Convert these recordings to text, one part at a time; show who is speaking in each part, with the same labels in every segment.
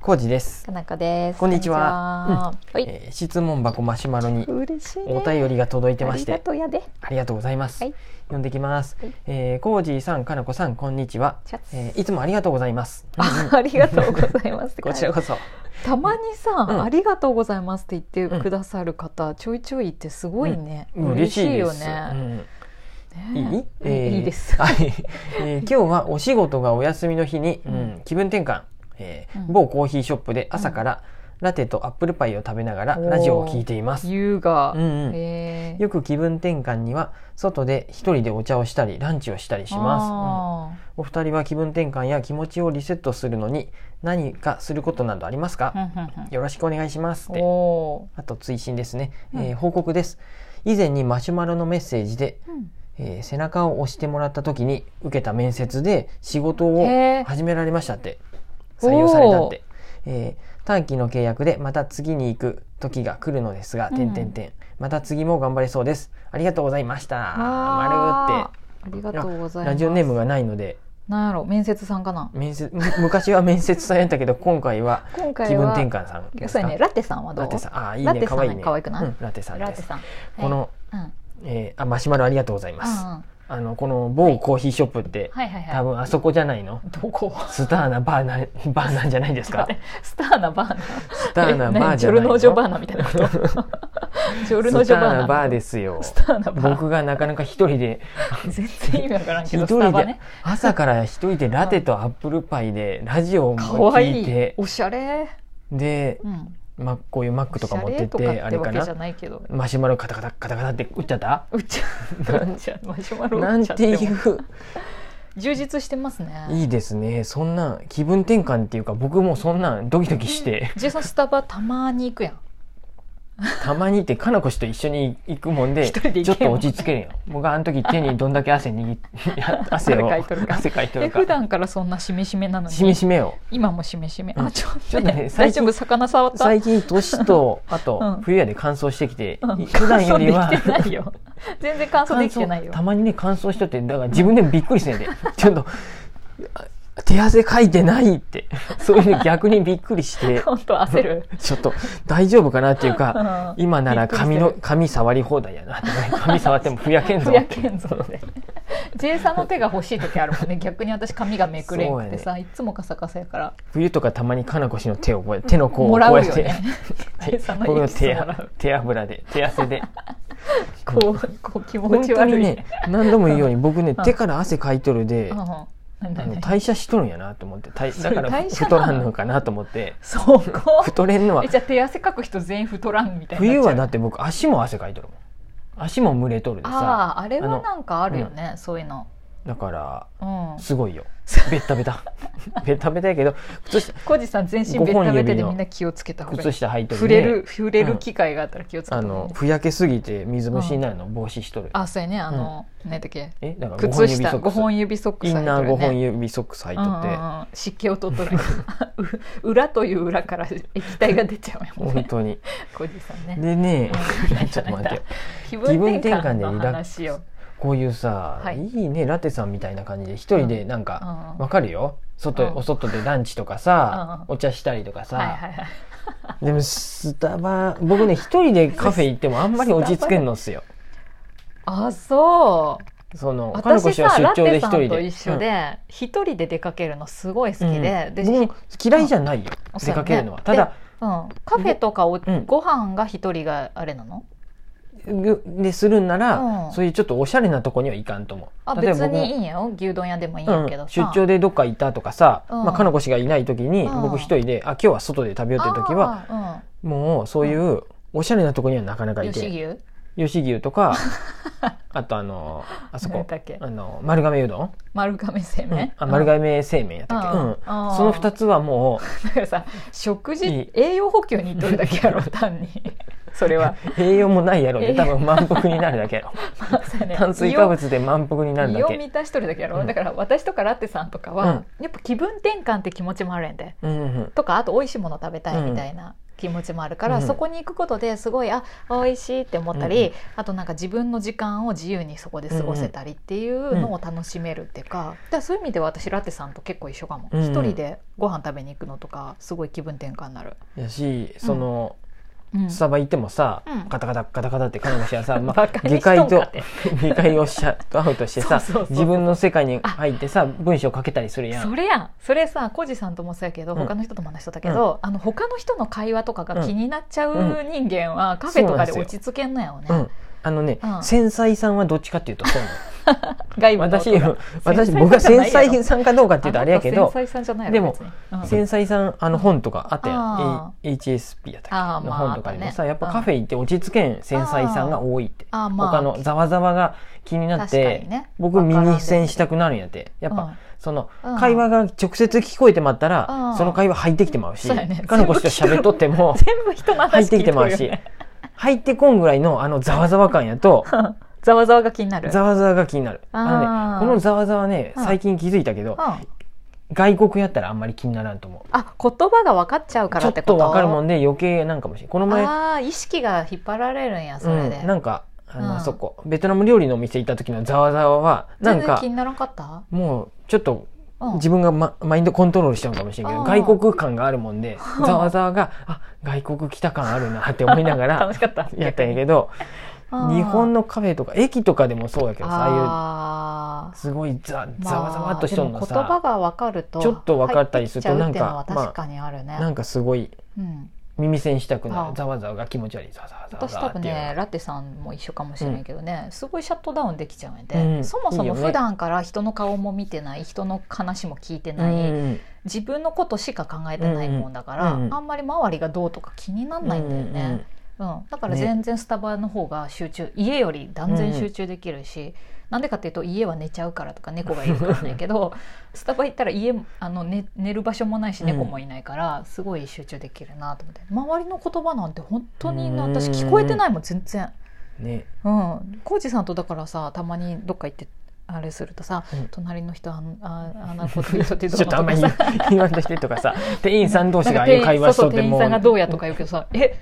Speaker 1: コウジです
Speaker 2: か。なこです。
Speaker 1: こんにち
Speaker 2: こ
Speaker 1: は
Speaker 2: んにちは。はい。
Speaker 1: えー質問箱マシュマロに
Speaker 2: 嬉しいね。
Speaker 1: お便りが届いてまし
Speaker 2: あり
Speaker 1: て
Speaker 2: がとうやで。
Speaker 1: ありがとうございます。
Speaker 2: はい
Speaker 1: 読んできます
Speaker 2: はい。
Speaker 1: えーコウジさん、かなこさん、こんにちは。
Speaker 2: シャツ
Speaker 1: えーいつもありがとうございます。うんうん
Speaker 2: あありがとうございますって
Speaker 1: こ
Speaker 2: 感じ。
Speaker 1: ちらこそ。
Speaker 2: たまにさ、
Speaker 1: うん
Speaker 2: ありがとうございますって言ってくださる方、ちょいちょいってすごいね。
Speaker 1: 嬉しい
Speaker 2: よ
Speaker 1: です。
Speaker 2: ね。
Speaker 1: うんいい
Speaker 2: ね？
Speaker 1: えー
Speaker 2: いいです。
Speaker 1: はい。えー今日はお仕事がお休みの日に、う
Speaker 2: うんん
Speaker 1: 気分転換、えー
Speaker 2: うん
Speaker 1: 某コーヒーショップで朝からラテとアップルパイを食べながら
Speaker 2: おー
Speaker 1: ラジオを聞いています。
Speaker 2: 優雅。
Speaker 1: うんうん
Speaker 2: えー
Speaker 1: よく気分転換には外で一人でお茶をしたりランチをしたりします、うんお二人は気分転換や気持ちをリセットするのに何かすることなどありますか、
Speaker 2: あーうんうんうん
Speaker 1: よろしくお願いしますって
Speaker 2: お
Speaker 1: あと追伸ですね、えー
Speaker 2: うん
Speaker 1: 報告です以前にマシュマロのメッセージで、
Speaker 2: ーうん
Speaker 1: えー背中を押してもらった時に受けた面接で仕事を
Speaker 2: へー
Speaker 1: 始められましたって
Speaker 2: おー
Speaker 1: 採用されたって、えー短期の契約でまた次に行く時が来るのですが、
Speaker 2: うん
Speaker 1: 点点点また次も頑張れそうですありがとうございました
Speaker 2: あ
Speaker 1: まるって
Speaker 2: ーありがとうございます。
Speaker 1: ラジオネームがないので
Speaker 2: なんやろ面接さんかな。
Speaker 1: 面接む 昔は面接さんやったけど今回は
Speaker 2: 今
Speaker 1: 気
Speaker 2: 回
Speaker 1: 分
Speaker 2: は
Speaker 1: 転換さんです
Speaker 2: そう
Speaker 1: か
Speaker 2: やねラテさんはどう？
Speaker 1: ラテさんあーいい
Speaker 2: ラ
Speaker 1: ね
Speaker 2: テさ
Speaker 1: 可
Speaker 2: ん
Speaker 1: 愛いね
Speaker 2: 可愛くない
Speaker 1: うんラテさん
Speaker 2: ラ
Speaker 1: で
Speaker 2: テ
Speaker 1: す
Speaker 2: さん。
Speaker 1: この、
Speaker 2: はい。うん。
Speaker 1: えーあマシュマロありがとうございます、
Speaker 2: うんうん
Speaker 1: あのこの某コーヒーショップって、
Speaker 2: はいはいはい。
Speaker 1: 多分あそこじゃないの
Speaker 2: どこ
Speaker 1: スターなバーナーバーナーじゃないですか
Speaker 2: スターなバーナ
Speaker 1: スターなバーじゃ
Speaker 2: え何ジョ
Speaker 1: ない
Speaker 2: ル
Speaker 1: の
Speaker 2: ノジョバーナみたい なことジョルノ
Speaker 1: ス
Speaker 2: ジ
Speaker 1: タ
Speaker 2: ョバー
Speaker 1: ー
Speaker 2: ナ
Speaker 1: なバーですよ
Speaker 2: スターなバー
Speaker 1: 僕がなかなか一人で
Speaker 2: 全然意味わからんけ
Speaker 1: 一
Speaker 2: どスタ
Speaker 1: 人
Speaker 2: バ
Speaker 1: で
Speaker 2: ね
Speaker 1: 朝から一人でラテとアップルパイでラジオも
Speaker 2: かわ
Speaker 1: 聞
Speaker 2: い
Speaker 1: い
Speaker 2: い
Speaker 1: て
Speaker 2: おしゃれ
Speaker 1: で、
Speaker 2: うん
Speaker 1: ま、こういうマックとか持ってっ
Speaker 2: おしゃれ
Speaker 1: て
Speaker 2: とか
Speaker 1: あ
Speaker 2: って
Speaker 1: れ
Speaker 2: わ
Speaker 1: か
Speaker 2: けじゃ
Speaker 1: な
Speaker 2: ないけど
Speaker 1: マシュマロカタカタカタカタって打っちゃった
Speaker 2: うっちゃ
Speaker 1: な
Speaker 2: なんちゃマシュマロ
Speaker 1: なんてい
Speaker 2: 打っちゃっても
Speaker 1: う
Speaker 2: 充実してますね
Speaker 1: いいですねそんな気分転換っていうか僕もそんなんドキドキして
Speaker 2: ジェイソンスタバたまに行くやん
Speaker 1: たまにってかなこ氏と一緒に行くもんで
Speaker 2: 一人で行けん
Speaker 1: ちょっと落ち着けるよ僕はあの時手にどんだけ汗 握っ汗を
Speaker 2: かいとるか
Speaker 1: 汗かいと
Speaker 2: え
Speaker 1: るか
Speaker 2: 普段からそんなしめしめなの
Speaker 1: しめ
Speaker 2: に
Speaker 1: しめを
Speaker 2: 今もしめしめ
Speaker 1: うん
Speaker 2: あちょっ
Speaker 1: ちょ
Speaker 2: と
Speaker 1: っとね
Speaker 2: ね
Speaker 1: 最
Speaker 2: 大
Speaker 1: 近
Speaker 2: 丈夫魚触った
Speaker 1: 最近年とあと
Speaker 2: うん
Speaker 1: 冬やで乾燥してき て、
Speaker 2: うん
Speaker 1: 普段よりは
Speaker 2: 乾燥で きてないよ全然乾燥
Speaker 1: 乾
Speaker 2: できてない
Speaker 1: 燥
Speaker 2: よ
Speaker 1: たまにね乾燥しとってだから自分でもびっくりしてんでちょっとあ手汗かいてないって そういうの逆にびっくりして
Speaker 2: 本当焦る
Speaker 1: ちょっと大丈夫かなっていうか
Speaker 2: うん
Speaker 1: 今なら髪
Speaker 2: び
Speaker 1: の
Speaker 2: っく
Speaker 1: 髪触り放題や なって髪触ってもふやけん
Speaker 2: りし
Speaker 1: ぞ
Speaker 2: てるふやけんぞって ジェイさんの手が欲しい時あるもんね逆に私髪がめくれんくてさ、いつもカサカサやから
Speaker 1: 冬とかたまにかなこ氏の手をこうやって手の甲をこ
Speaker 2: もらう
Speaker 1: う
Speaker 2: よ
Speaker 1: やって、
Speaker 2: ね ジェイさんの
Speaker 1: この
Speaker 2: エキスも
Speaker 1: 手や
Speaker 2: らう
Speaker 1: 手油で手汗で
Speaker 2: こうこう気持
Speaker 1: 本
Speaker 2: ち
Speaker 1: 当に
Speaker 2: 悪い
Speaker 1: ね何度も言 うように僕ね
Speaker 2: うん
Speaker 1: 手から汗かいとるで、
Speaker 2: うんなん
Speaker 1: あ
Speaker 2: だ
Speaker 1: の
Speaker 2: ね
Speaker 1: 代謝しとるんやなと思って代だから
Speaker 2: 代謝
Speaker 1: 太らんのかなと思って
Speaker 2: そこ
Speaker 1: 太れんのは
Speaker 2: えじゃあ手汗かく人全員太らんみたいにな
Speaker 1: 冬はだ
Speaker 2: な
Speaker 1: って僕足も汗かいとるもん足も蒸れとるでさ
Speaker 2: あああれはなんかあるよねそういうの
Speaker 1: だから
Speaker 2: うん
Speaker 1: すごい よベッタベタ ベタベタやけど靴下
Speaker 2: コジさん全身
Speaker 1: 五
Speaker 2: ベ
Speaker 1: 本
Speaker 2: タベタ
Speaker 1: 指
Speaker 2: で
Speaker 1: の
Speaker 2: みんな気をつけた方がい
Speaker 1: 靴
Speaker 2: い
Speaker 1: 下履いとる
Speaker 2: 触
Speaker 1: ね
Speaker 2: れる触れる機会があったら気をつけた
Speaker 1: あ
Speaker 2: 方がい
Speaker 1: の
Speaker 2: い
Speaker 1: ふやけすぎて水虫になるの防止しとる
Speaker 2: あそうやねあの何だっけ
Speaker 1: えだから五本
Speaker 2: 靴
Speaker 1: 指
Speaker 2: 下
Speaker 1: ソ
Speaker 2: 5
Speaker 1: ックス
Speaker 2: 本指ソックス
Speaker 1: インナー5本
Speaker 2: 指
Speaker 1: 指ソックス履いと
Speaker 2: うん
Speaker 1: っ
Speaker 2: うんうん湿気を取っとる う裏という裏から液体が出ちゃう
Speaker 1: て
Speaker 2: よ
Speaker 1: 本
Speaker 2: ね
Speaker 1: 当に
Speaker 2: 小路さんね
Speaker 1: でね
Speaker 2: う ん
Speaker 1: ちょっと待ってよ
Speaker 2: 気
Speaker 1: 分
Speaker 2: 分
Speaker 1: 転
Speaker 2: 転
Speaker 1: 換
Speaker 2: 換
Speaker 1: でリ
Speaker 2: の
Speaker 1: ラッ
Speaker 2: 話を
Speaker 1: こういうさ、
Speaker 2: はい
Speaker 1: い、いねラテさんみたいな感じで一人でなんか、
Speaker 2: うんうん
Speaker 1: わかるよ外、
Speaker 2: うん
Speaker 1: お外でランチとかさ、
Speaker 2: う
Speaker 1: お茶したりとかさ、
Speaker 2: はいはいはい
Speaker 1: でもスタバ僕ね一人でカフェ行ってもあんまり落ち着けんのっすよ
Speaker 2: あそう
Speaker 1: その彼女
Speaker 2: 私
Speaker 1: 氏は
Speaker 2: さラ
Speaker 1: 出張で
Speaker 2: テ
Speaker 1: 一
Speaker 2: さん
Speaker 1: 人で
Speaker 2: と一緒で一人で出かけるのすごい好きで
Speaker 1: う
Speaker 2: で
Speaker 1: ん僕も嫌いじゃないよ、
Speaker 2: うん
Speaker 1: 出かけるのは、
Speaker 2: そ
Speaker 1: た
Speaker 2: うやね
Speaker 1: だ
Speaker 2: うんカフェとかお
Speaker 1: うん
Speaker 2: ご飯が一人があれなの
Speaker 1: ぐでするんなら、
Speaker 2: うん
Speaker 1: そういうちょっとおしゃれなとこには行かんと思う
Speaker 2: あ
Speaker 1: 例えば
Speaker 2: 別
Speaker 1: 僕も
Speaker 2: にいいんやよ牛丼屋でもいいん
Speaker 1: う
Speaker 2: や
Speaker 1: ん
Speaker 2: けど、
Speaker 1: 出
Speaker 2: さ
Speaker 1: 張でどっか行ったとかさ、
Speaker 2: うん
Speaker 1: まあ、かのこ氏がいない時に
Speaker 2: うん
Speaker 1: 僕一人で、あ今日は外で食べようっていう時は
Speaker 2: あ
Speaker 1: もうそういうおしゃれなとこにはなかな
Speaker 2: ー
Speaker 1: か
Speaker 2: うん
Speaker 1: 行
Speaker 2: 吉
Speaker 1: けん
Speaker 2: 牛
Speaker 1: 吉牛と かあとあのあそこ
Speaker 2: 何だっけ
Speaker 1: あの丸亀うどん、
Speaker 2: 丸亀製
Speaker 1: うん
Speaker 2: 麺、
Speaker 1: あ丸亀製麺やったっけ、
Speaker 2: う
Speaker 1: う
Speaker 2: ん
Speaker 1: ん
Speaker 2: あー
Speaker 1: その2つはも
Speaker 2: だからさ食事
Speaker 1: いい
Speaker 2: 栄養補給に行っとるだけやろ単にそれは
Speaker 1: う栄養もないやろうで
Speaker 2: 栄養
Speaker 1: 多分満腹になるだけやろ
Speaker 2: まあそうや ね
Speaker 1: 炭水化物で満腹になる
Speaker 2: 胃
Speaker 1: だ
Speaker 2: を
Speaker 1: け、
Speaker 2: 満たしとるだけやろ、
Speaker 1: うん
Speaker 2: だから私とかラテさんとかは、やっぱ気分転換って気持ちもあるやんで
Speaker 1: うんうん、
Speaker 2: とかあと美味しいもの食べたいみたいな、気持ちもあるから、
Speaker 1: うん
Speaker 2: そこに行くことですごいあ美味しいって思ったり、
Speaker 1: うん
Speaker 2: あとなんか自分の時間を自由にそこで過ごせたりっていうのを楽しめるっていうか,、だからそういう意味では私ラテさんと結構一緒かも
Speaker 1: うん
Speaker 2: 一、人でご飯食べに行くのとかすごい気分転換になる。
Speaker 1: やしその、
Speaker 2: うん
Speaker 1: スタバ行ってもさ、
Speaker 2: うん
Speaker 1: カタカタカタカタって彼女が さ、まあ
Speaker 2: バカ
Speaker 1: 下
Speaker 2: にしと
Speaker 1: 界
Speaker 2: んか
Speaker 1: と
Speaker 2: って
Speaker 1: 下界をシャットアウトしてさ
Speaker 2: そうそうそう
Speaker 1: 自分の世界に入ってさ文章書けたりするやん
Speaker 2: それやんそれさコジさんともそうやけど
Speaker 1: うん
Speaker 2: 他の人とも話しとったけど、あの他の人の会話とかが気になっちゃう人間は、カフェとかで落ち着けんのやろね、
Speaker 1: うんあのね、
Speaker 2: うん
Speaker 1: 繊細さんはどっちかっていうと そうなの
Speaker 2: 外部の
Speaker 1: 私
Speaker 2: 音が
Speaker 1: 私
Speaker 2: 繊細さんじゃないやろ
Speaker 1: 僕が繊細さんかどうかっていうとあれやけ
Speaker 2: な
Speaker 1: ど
Speaker 2: た繊細さんじゃないの
Speaker 1: でも
Speaker 2: 別にうん
Speaker 1: 繊細さんあの本とかあったや
Speaker 2: あ
Speaker 1: ん、A- HSP やった
Speaker 2: あ
Speaker 1: っ
Speaker 2: ー
Speaker 1: けの
Speaker 2: まあ
Speaker 1: 本とかでもさ
Speaker 2: あったね
Speaker 1: やっぱカフェ行って落ち着けん繊細さんが多いって
Speaker 2: あーまあ
Speaker 1: 他のざわざわが気になっ
Speaker 2: 確か
Speaker 1: て
Speaker 2: にね
Speaker 1: 僕耳栓したくなるんやってやっ
Speaker 2: う
Speaker 1: ぱ
Speaker 2: ん
Speaker 1: その
Speaker 2: うん
Speaker 1: 会話が直接聞こえてまった
Speaker 2: う
Speaker 1: ら
Speaker 2: ん
Speaker 1: その会話入ってきてまうし
Speaker 2: そうやね
Speaker 1: 彼女と喋っとって も
Speaker 2: 全部人の
Speaker 1: 入
Speaker 2: 話
Speaker 1: ってきてまう
Speaker 2: 聞いと
Speaker 1: し
Speaker 2: るよね
Speaker 1: 入ってこんぐらいのあのざわざわ感や と
Speaker 2: ざわざわが気になる
Speaker 1: ざわざわが気になる
Speaker 2: あー
Speaker 1: あのねこのざわざわね
Speaker 2: うん
Speaker 1: 最近気づいたけど
Speaker 2: うんあ
Speaker 1: 外国やったらあんまり気にならんと思う
Speaker 2: 言葉が分かっちゃうか
Speaker 1: ちょ
Speaker 2: ら
Speaker 1: っ
Speaker 2: ってこと
Speaker 1: とわかるも
Speaker 2: ん
Speaker 1: んで余計なんかもしれんこの前
Speaker 2: ああ意識が引っ張られるんやそれで、
Speaker 1: うん、なんかあの、
Speaker 2: うん
Speaker 1: あそこベトナム料理のお店行った時のざわざわはなん
Speaker 2: 全然
Speaker 1: か
Speaker 2: 気にならんかった、
Speaker 1: もうちょっと
Speaker 2: うん
Speaker 1: 自分がマ,、マインドコントロールしちゃうかもしれんけど
Speaker 2: あー
Speaker 1: 外国感があるもんでざわざわがあ外国来た感あるなって思いながら
Speaker 2: 楽しかった
Speaker 1: やったんやけど
Speaker 2: うん
Speaker 1: 日本のカフェとか駅とかでもそうやけどさああいう
Speaker 2: ああ
Speaker 1: すごいざ
Speaker 2: まあ
Speaker 1: ざわざわっとしとんの
Speaker 2: でも言葉
Speaker 1: さ、
Speaker 2: が分かると
Speaker 1: ちょっと分かったりすると
Speaker 2: 入ってきちゃう
Speaker 1: なんか
Speaker 2: っていうのは確かにあるね、
Speaker 1: なんかすごい
Speaker 2: うん、
Speaker 1: 耳栓したくな
Speaker 2: あ
Speaker 1: る
Speaker 2: ー
Speaker 1: ざわざわが気持ち悪いざわざわざわ
Speaker 2: 私
Speaker 1: ざわ
Speaker 2: 多
Speaker 1: ってい
Speaker 2: 分
Speaker 1: う
Speaker 2: ねラテさんも一緒かもしれないけどね、すごいシャットダウンできちゃうんで、
Speaker 1: うん
Speaker 2: そもそ
Speaker 1: いいよ
Speaker 2: も
Speaker 1: ね
Speaker 2: 普段から人の顔も見てない人の話も聞いてない、
Speaker 1: うん
Speaker 2: 自分のことしか考えてないもんだから、
Speaker 1: うんうん
Speaker 2: あんまり周りがどうとか気にならないんだよね、
Speaker 1: う
Speaker 2: うん
Speaker 1: うんん
Speaker 2: だから全然スタバの方が集中家より断然集中できるし、なんでかっていうと家は寝ちゃうからとか猫がいるからなんや けどスタバ行ったら家もあの、ね、寝る場所もないし
Speaker 1: うん
Speaker 2: 猫もいないからすごい集中できるなと思って周りの言葉なんて本当にな私聞こえてないもん全然。
Speaker 1: ね
Speaker 2: うん、コージさんとだからさたまにどっか行ってあれするとさ、
Speaker 1: うん
Speaker 2: 隣の人あんああんなこと言うとってど う
Speaker 1: ちょっ
Speaker 2: の
Speaker 1: とあんまり
Speaker 2: とかさ
Speaker 1: 言わんとしてとかさ店員さん同士がああいう会
Speaker 2: な
Speaker 1: 話
Speaker 2: んか
Speaker 1: しとって
Speaker 2: 店員そうそう店員
Speaker 1: も
Speaker 2: さんがどうや
Speaker 1: う
Speaker 2: とか言うけどさえ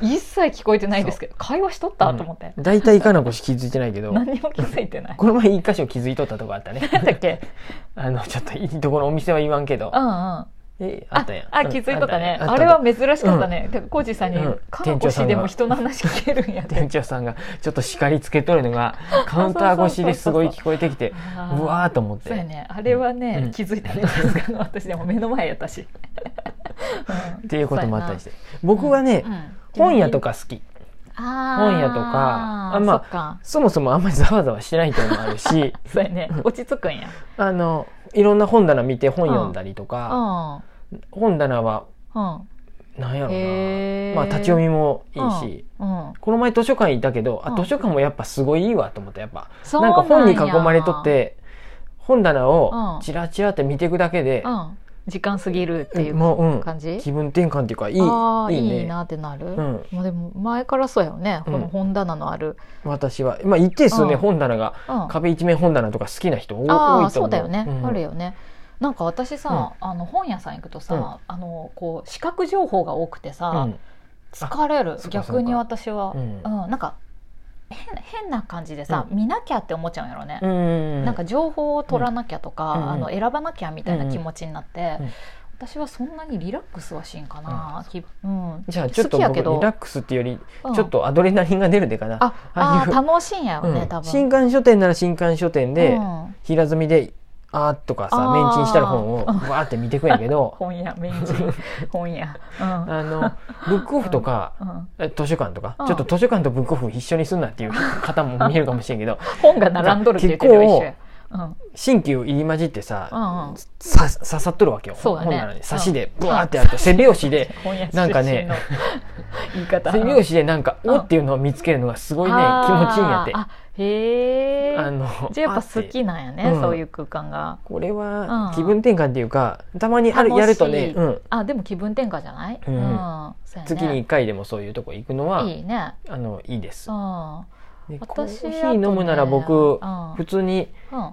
Speaker 2: 一切聞こえてないですけど会話しとった、と思って
Speaker 1: ん大体いかなこし気づいてないけど
Speaker 2: 何にも気づいてない
Speaker 1: この前一箇所気づいとったとこあったね
Speaker 2: 何だっけ
Speaker 1: あのちょっといいところお店は言わんけど
Speaker 2: うんうんあ
Speaker 1: えあったやん
Speaker 2: あ気づいとったね、
Speaker 1: うん
Speaker 2: あ
Speaker 1: っ
Speaker 2: れ
Speaker 1: よ
Speaker 2: は珍しかったね、でコージさんに
Speaker 1: うん
Speaker 2: 「かのこしでも人の話聞けるんや」って
Speaker 1: 店長さんがちょっと叱りつけとるのがカウンター越しですごい聞こえてきて
Speaker 2: あー
Speaker 1: うわーと思って
Speaker 2: そうやねあれはね、
Speaker 1: うん
Speaker 2: 気づいたねさすがの私でも目の前やったし、うん
Speaker 1: っていうこともあったりして僕はね
Speaker 2: うん
Speaker 1: 本屋とか好き
Speaker 2: 本
Speaker 1: 屋とかあまあ
Speaker 2: あ
Speaker 1: そもそもあんまりざわざわしてないっていうのもある し
Speaker 2: そっかそうやね落ち着くんや
Speaker 1: あのいろんな本棚見て本読んだりとか本棚は
Speaker 2: うんうん
Speaker 1: なんやろ
Speaker 2: へ
Speaker 1: う
Speaker 2: ー
Speaker 1: なまあ立ち読みもいいし
Speaker 2: うん
Speaker 1: この前図書館行ったけどあ
Speaker 2: うん
Speaker 1: 図書館もやっぱすごいいいわと思ったやっぱ
Speaker 2: そう
Speaker 1: なんか本に囲まれとっ
Speaker 2: なんや
Speaker 1: て本棚
Speaker 2: う
Speaker 1: を
Speaker 2: ん
Speaker 1: チラチラって見ていくだけで
Speaker 2: うん時間過ぎるっていう
Speaker 1: もううん
Speaker 2: 感じ
Speaker 1: 気分転換っていうかいい
Speaker 2: あー
Speaker 1: いい
Speaker 2: いい
Speaker 1: ね
Speaker 2: なってなる、
Speaker 1: ん
Speaker 2: まあでも前からそうやよねこ
Speaker 1: うん
Speaker 2: の本棚のある、
Speaker 1: 私はまあ一定数ね
Speaker 2: うん
Speaker 1: 本棚が
Speaker 2: うん
Speaker 1: 壁一面本棚とか好きな人多多いと
Speaker 2: あ
Speaker 1: 思
Speaker 2: あ
Speaker 1: う
Speaker 2: そうだよね、
Speaker 1: うん
Speaker 2: あるよねなんか私さ、あの本屋さん行くとさ、
Speaker 1: うん
Speaker 2: あのこう視覚情報が多くて
Speaker 1: う
Speaker 2: さ、
Speaker 1: ん
Speaker 2: 疲れる
Speaker 1: そうか
Speaker 2: 逆に私は
Speaker 1: う
Speaker 2: うんん、なんか変変な感じでさ、
Speaker 1: う
Speaker 2: 見なきゃって思っちゃうんやろね、
Speaker 1: うん
Speaker 2: なんか情報を取らなきゃとか、
Speaker 1: うん
Speaker 2: あの選ばなきゃみたいな気持ちになって、
Speaker 1: うんうん
Speaker 2: 私はそんなにリラックスはしんかな、きうん
Speaker 1: じゃあちょっと
Speaker 2: 好きや
Speaker 1: 僕
Speaker 2: け
Speaker 1: リ
Speaker 2: ど
Speaker 1: ラックスっていうより
Speaker 2: うん
Speaker 1: ちょっとアドレナリンが出るでかな
Speaker 2: あ
Speaker 1: ああ
Speaker 2: あ
Speaker 1: いう
Speaker 2: ー楽しいんやよね、
Speaker 1: うん
Speaker 2: 多分
Speaker 1: 新刊書店なら新刊書店で、
Speaker 2: うん
Speaker 1: 平積みで「あ」とかさ
Speaker 2: あー
Speaker 1: メンチンしたら本をわーって見てくんやけ ど
Speaker 2: 本屋明治 本屋うん
Speaker 1: あのブックオフとか、
Speaker 2: うん、
Speaker 1: え図書館とか、
Speaker 2: うん
Speaker 1: ちょっと図書館とブックオフ一緒にすんなっていう 方も見えるかもしれんけど
Speaker 2: 本が並んどるって言ってるよ一緒や、うん
Speaker 1: 新旧入り混じってさ、
Speaker 2: うんうん
Speaker 1: さ刺さっとるわけよ、
Speaker 2: そうだね
Speaker 1: 本棚に差しで
Speaker 2: う
Speaker 1: ブ
Speaker 2: ん
Speaker 1: ワーってやると背拍子で
Speaker 2: 本屋出身の
Speaker 1: なんかね
Speaker 2: 言い方
Speaker 1: 背拍子でなんか「
Speaker 2: うん
Speaker 1: お」っていうのを見つけるのがすごいね気
Speaker 2: あー
Speaker 1: 持ちいいんやって。
Speaker 2: あへえ
Speaker 1: あの
Speaker 2: じゃあやっぱ
Speaker 1: あ
Speaker 2: 好
Speaker 1: て
Speaker 2: きなんやね、
Speaker 1: うん
Speaker 2: そういう空間が
Speaker 1: これ
Speaker 2: う
Speaker 1: は
Speaker 2: ん
Speaker 1: 気分転換っていうか、たまにある
Speaker 2: 楽しい
Speaker 1: やるとね、うん、
Speaker 2: あでも気分転換じゃない、
Speaker 1: うん
Speaker 2: そうやね
Speaker 1: 月に1回でもそういうとこ行くのは、
Speaker 2: いいね
Speaker 1: あのいいです
Speaker 2: う。ん
Speaker 1: でコー
Speaker 2: 私
Speaker 1: ヒー飲むなら
Speaker 2: あと
Speaker 1: 僕、
Speaker 2: ね
Speaker 1: 普通に
Speaker 2: うんうん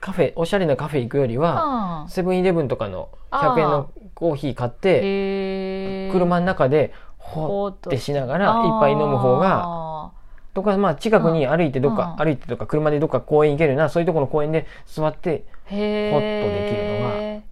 Speaker 1: カフェおしゃれなカフェ行くよりは、セブンイレブンとかの
Speaker 2: あー
Speaker 1: 100円のコーヒー買っ
Speaker 2: うん
Speaker 1: て
Speaker 2: へー
Speaker 1: 車の中でほってしながら一杯飲む方が
Speaker 2: が
Speaker 1: とか、まあ、近くに歩いてどっか、
Speaker 2: うん
Speaker 1: 歩いてとか車でどっか公園行けるなそういうところの公園で座って
Speaker 2: へ
Speaker 1: ホッとで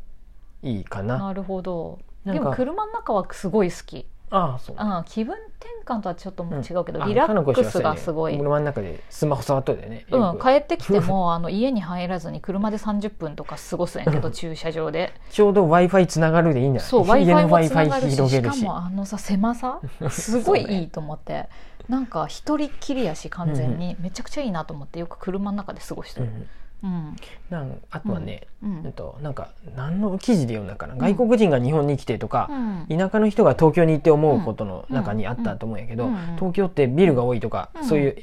Speaker 1: きるのが
Speaker 2: え
Speaker 1: いいかな。
Speaker 2: なるほど
Speaker 1: なん
Speaker 2: で
Speaker 1: か
Speaker 2: も車の中はすごい好き
Speaker 1: ああそう
Speaker 2: あ気分転換とはちょっともう違うけど、
Speaker 1: あ
Speaker 2: リラ
Speaker 1: かの
Speaker 2: ッ
Speaker 1: こし
Speaker 2: ク
Speaker 1: はそ
Speaker 2: ス
Speaker 1: うや
Speaker 2: が
Speaker 1: ね
Speaker 2: すごい、
Speaker 1: 車の中でスマホ触っとるよね。よ
Speaker 2: うん、
Speaker 1: く
Speaker 2: 帰ってき てもあの家に入らずに車で30分とか過ごすんやけど駐車場で
Speaker 1: ちょうど w i f i つながるでいいんじゃない
Speaker 2: そう w i
Speaker 1: 家
Speaker 2: f
Speaker 1: の
Speaker 2: i も
Speaker 1: w
Speaker 2: つな
Speaker 1: i
Speaker 2: が
Speaker 1: f
Speaker 2: る
Speaker 1: i
Speaker 2: し
Speaker 1: 広げ
Speaker 2: し
Speaker 1: る
Speaker 2: か
Speaker 1: し。
Speaker 2: もあのさ狭さすごいいいと思って、なんか一人っきりやし完全に、めちゃくちゃいいなと思ってよく車の中で過ごして
Speaker 1: そう
Speaker 2: る、
Speaker 1: ね
Speaker 2: うん
Speaker 1: うんなんあとはね、
Speaker 2: う
Speaker 1: えっ
Speaker 2: ん
Speaker 1: と、なんか何の記事で読んだかな、外国人が日本に来てとか、
Speaker 2: うん
Speaker 1: 田舎の人が東京に行って思うことの中にあったと思うんやけど、
Speaker 2: うんうん
Speaker 1: 東京ってビルが多いとか、
Speaker 2: うん
Speaker 1: そういう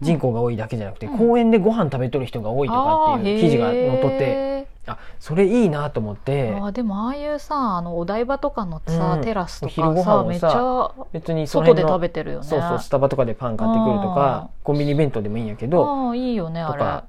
Speaker 1: 人口が多いだけじゃなくて、
Speaker 2: うん
Speaker 1: 公園でご飯食べとる人が多いとかっていう記事が載っとっ
Speaker 2: あー
Speaker 1: て
Speaker 2: へー
Speaker 1: あそれいいなと思って
Speaker 2: あーでもああいうさあのお台場とかのさ、
Speaker 1: うん
Speaker 2: テラスとか
Speaker 1: お昼ご
Speaker 2: さ
Speaker 1: 飯をさ
Speaker 2: めっちゃ
Speaker 1: 別にその
Speaker 2: 外で
Speaker 1: 辺の
Speaker 2: 食べてるよね
Speaker 1: そうそうスタバとかでパン買ってくるとかコンビニ弁当でもいいんやけど
Speaker 2: ああいいよね
Speaker 1: と
Speaker 2: あ
Speaker 1: か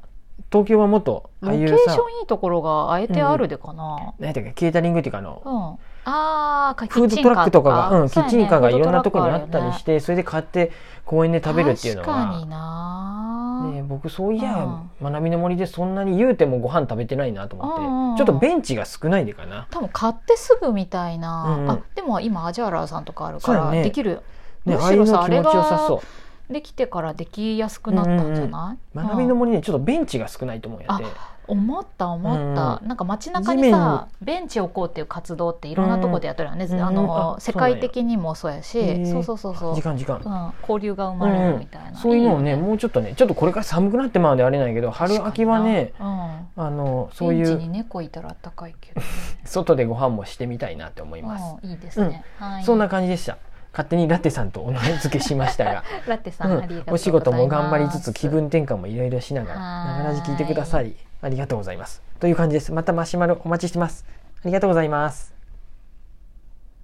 Speaker 1: 東京はもっと
Speaker 2: れ
Speaker 1: ああ
Speaker 2: ロ
Speaker 1: い
Speaker 2: ケーシ
Speaker 1: うさ
Speaker 2: ョンいいところがあえてあるでかな
Speaker 1: 何だっけケータリングっていうかあの
Speaker 2: うん、あー
Speaker 1: フードトラックとかが、うん、キッチンカーがいろんなところにあったりしてて、それで買って公園で食べるっていうの
Speaker 2: 確か
Speaker 1: は、
Speaker 2: にな
Speaker 1: ね、僕そういや、学びの森でそんなに言うてもご飯食べてないなと
Speaker 2: うんうん
Speaker 1: 思
Speaker 2: う
Speaker 1: っ
Speaker 2: ん
Speaker 1: て、ちょっとベンチが少ないでかな。
Speaker 2: 多分買ってすぐみたいな、
Speaker 1: うんうん
Speaker 2: あでも今アジャーラーさんとかあるか
Speaker 1: そ
Speaker 2: ら
Speaker 1: うやね
Speaker 2: できる、
Speaker 1: ね、
Speaker 2: む
Speaker 1: ああ
Speaker 2: し
Speaker 1: いう
Speaker 2: ろ
Speaker 1: の
Speaker 2: さあ
Speaker 1: 気持
Speaker 2: れ
Speaker 1: ちよさ
Speaker 2: が
Speaker 1: そ
Speaker 2: できてからできやすくなったんじゃない、
Speaker 1: う。学びの森ね、ちょっとベンチが少ないと思うんやって。
Speaker 2: 思った思った、なんか街中
Speaker 1: 地
Speaker 2: に
Speaker 1: 面
Speaker 2: さベンチ置こうっていう活動っていろんなとこでやってるよね、
Speaker 1: うん
Speaker 2: あ
Speaker 1: うん
Speaker 2: の
Speaker 1: あ
Speaker 2: 世界的にもそうやし、
Speaker 1: へー
Speaker 2: そうそうそうそう
Speaker 1: 時、間時間。
Speaker 2: うん、交流が生まれるみたいな、
Speaker 1: そういうのを
Speaker 2: い
Speaker 1: ね、
Speaker 2: よ
Speaker 1: もうちょっとね、ちょっとこれから寒くなってまうんであれなんやけど、春秋はね
Speaker 2: 確、かになうん
Speaker 1: あの、そう
Speaker 2: ベ
Speaker 1: い
Speaker 2: ンチに
Speaker 1: う
Speaker 2: 猫いたらあったかいけど、
Speaker 1: 外でご飯もしてみたいなって思います。
Speaker 2: うんいいですね、はい
Speaker 1: そんな感じでした。勝手にラテさんとお名付けしましたが。
Speaker 2: ラテさん、ありがとうございま
Speaker 1: う
Speaker 2: す
Speaker 1: ん、お仕事も頑張りつつ気分転換もいろいろしながら
Speaker 2: はー
Speaker 1: 長
Speaker 2: い
Speaker 1: らじ聞いてくださいありがとうございますという感じですまたマシュマロお待ちしてますありがとうございます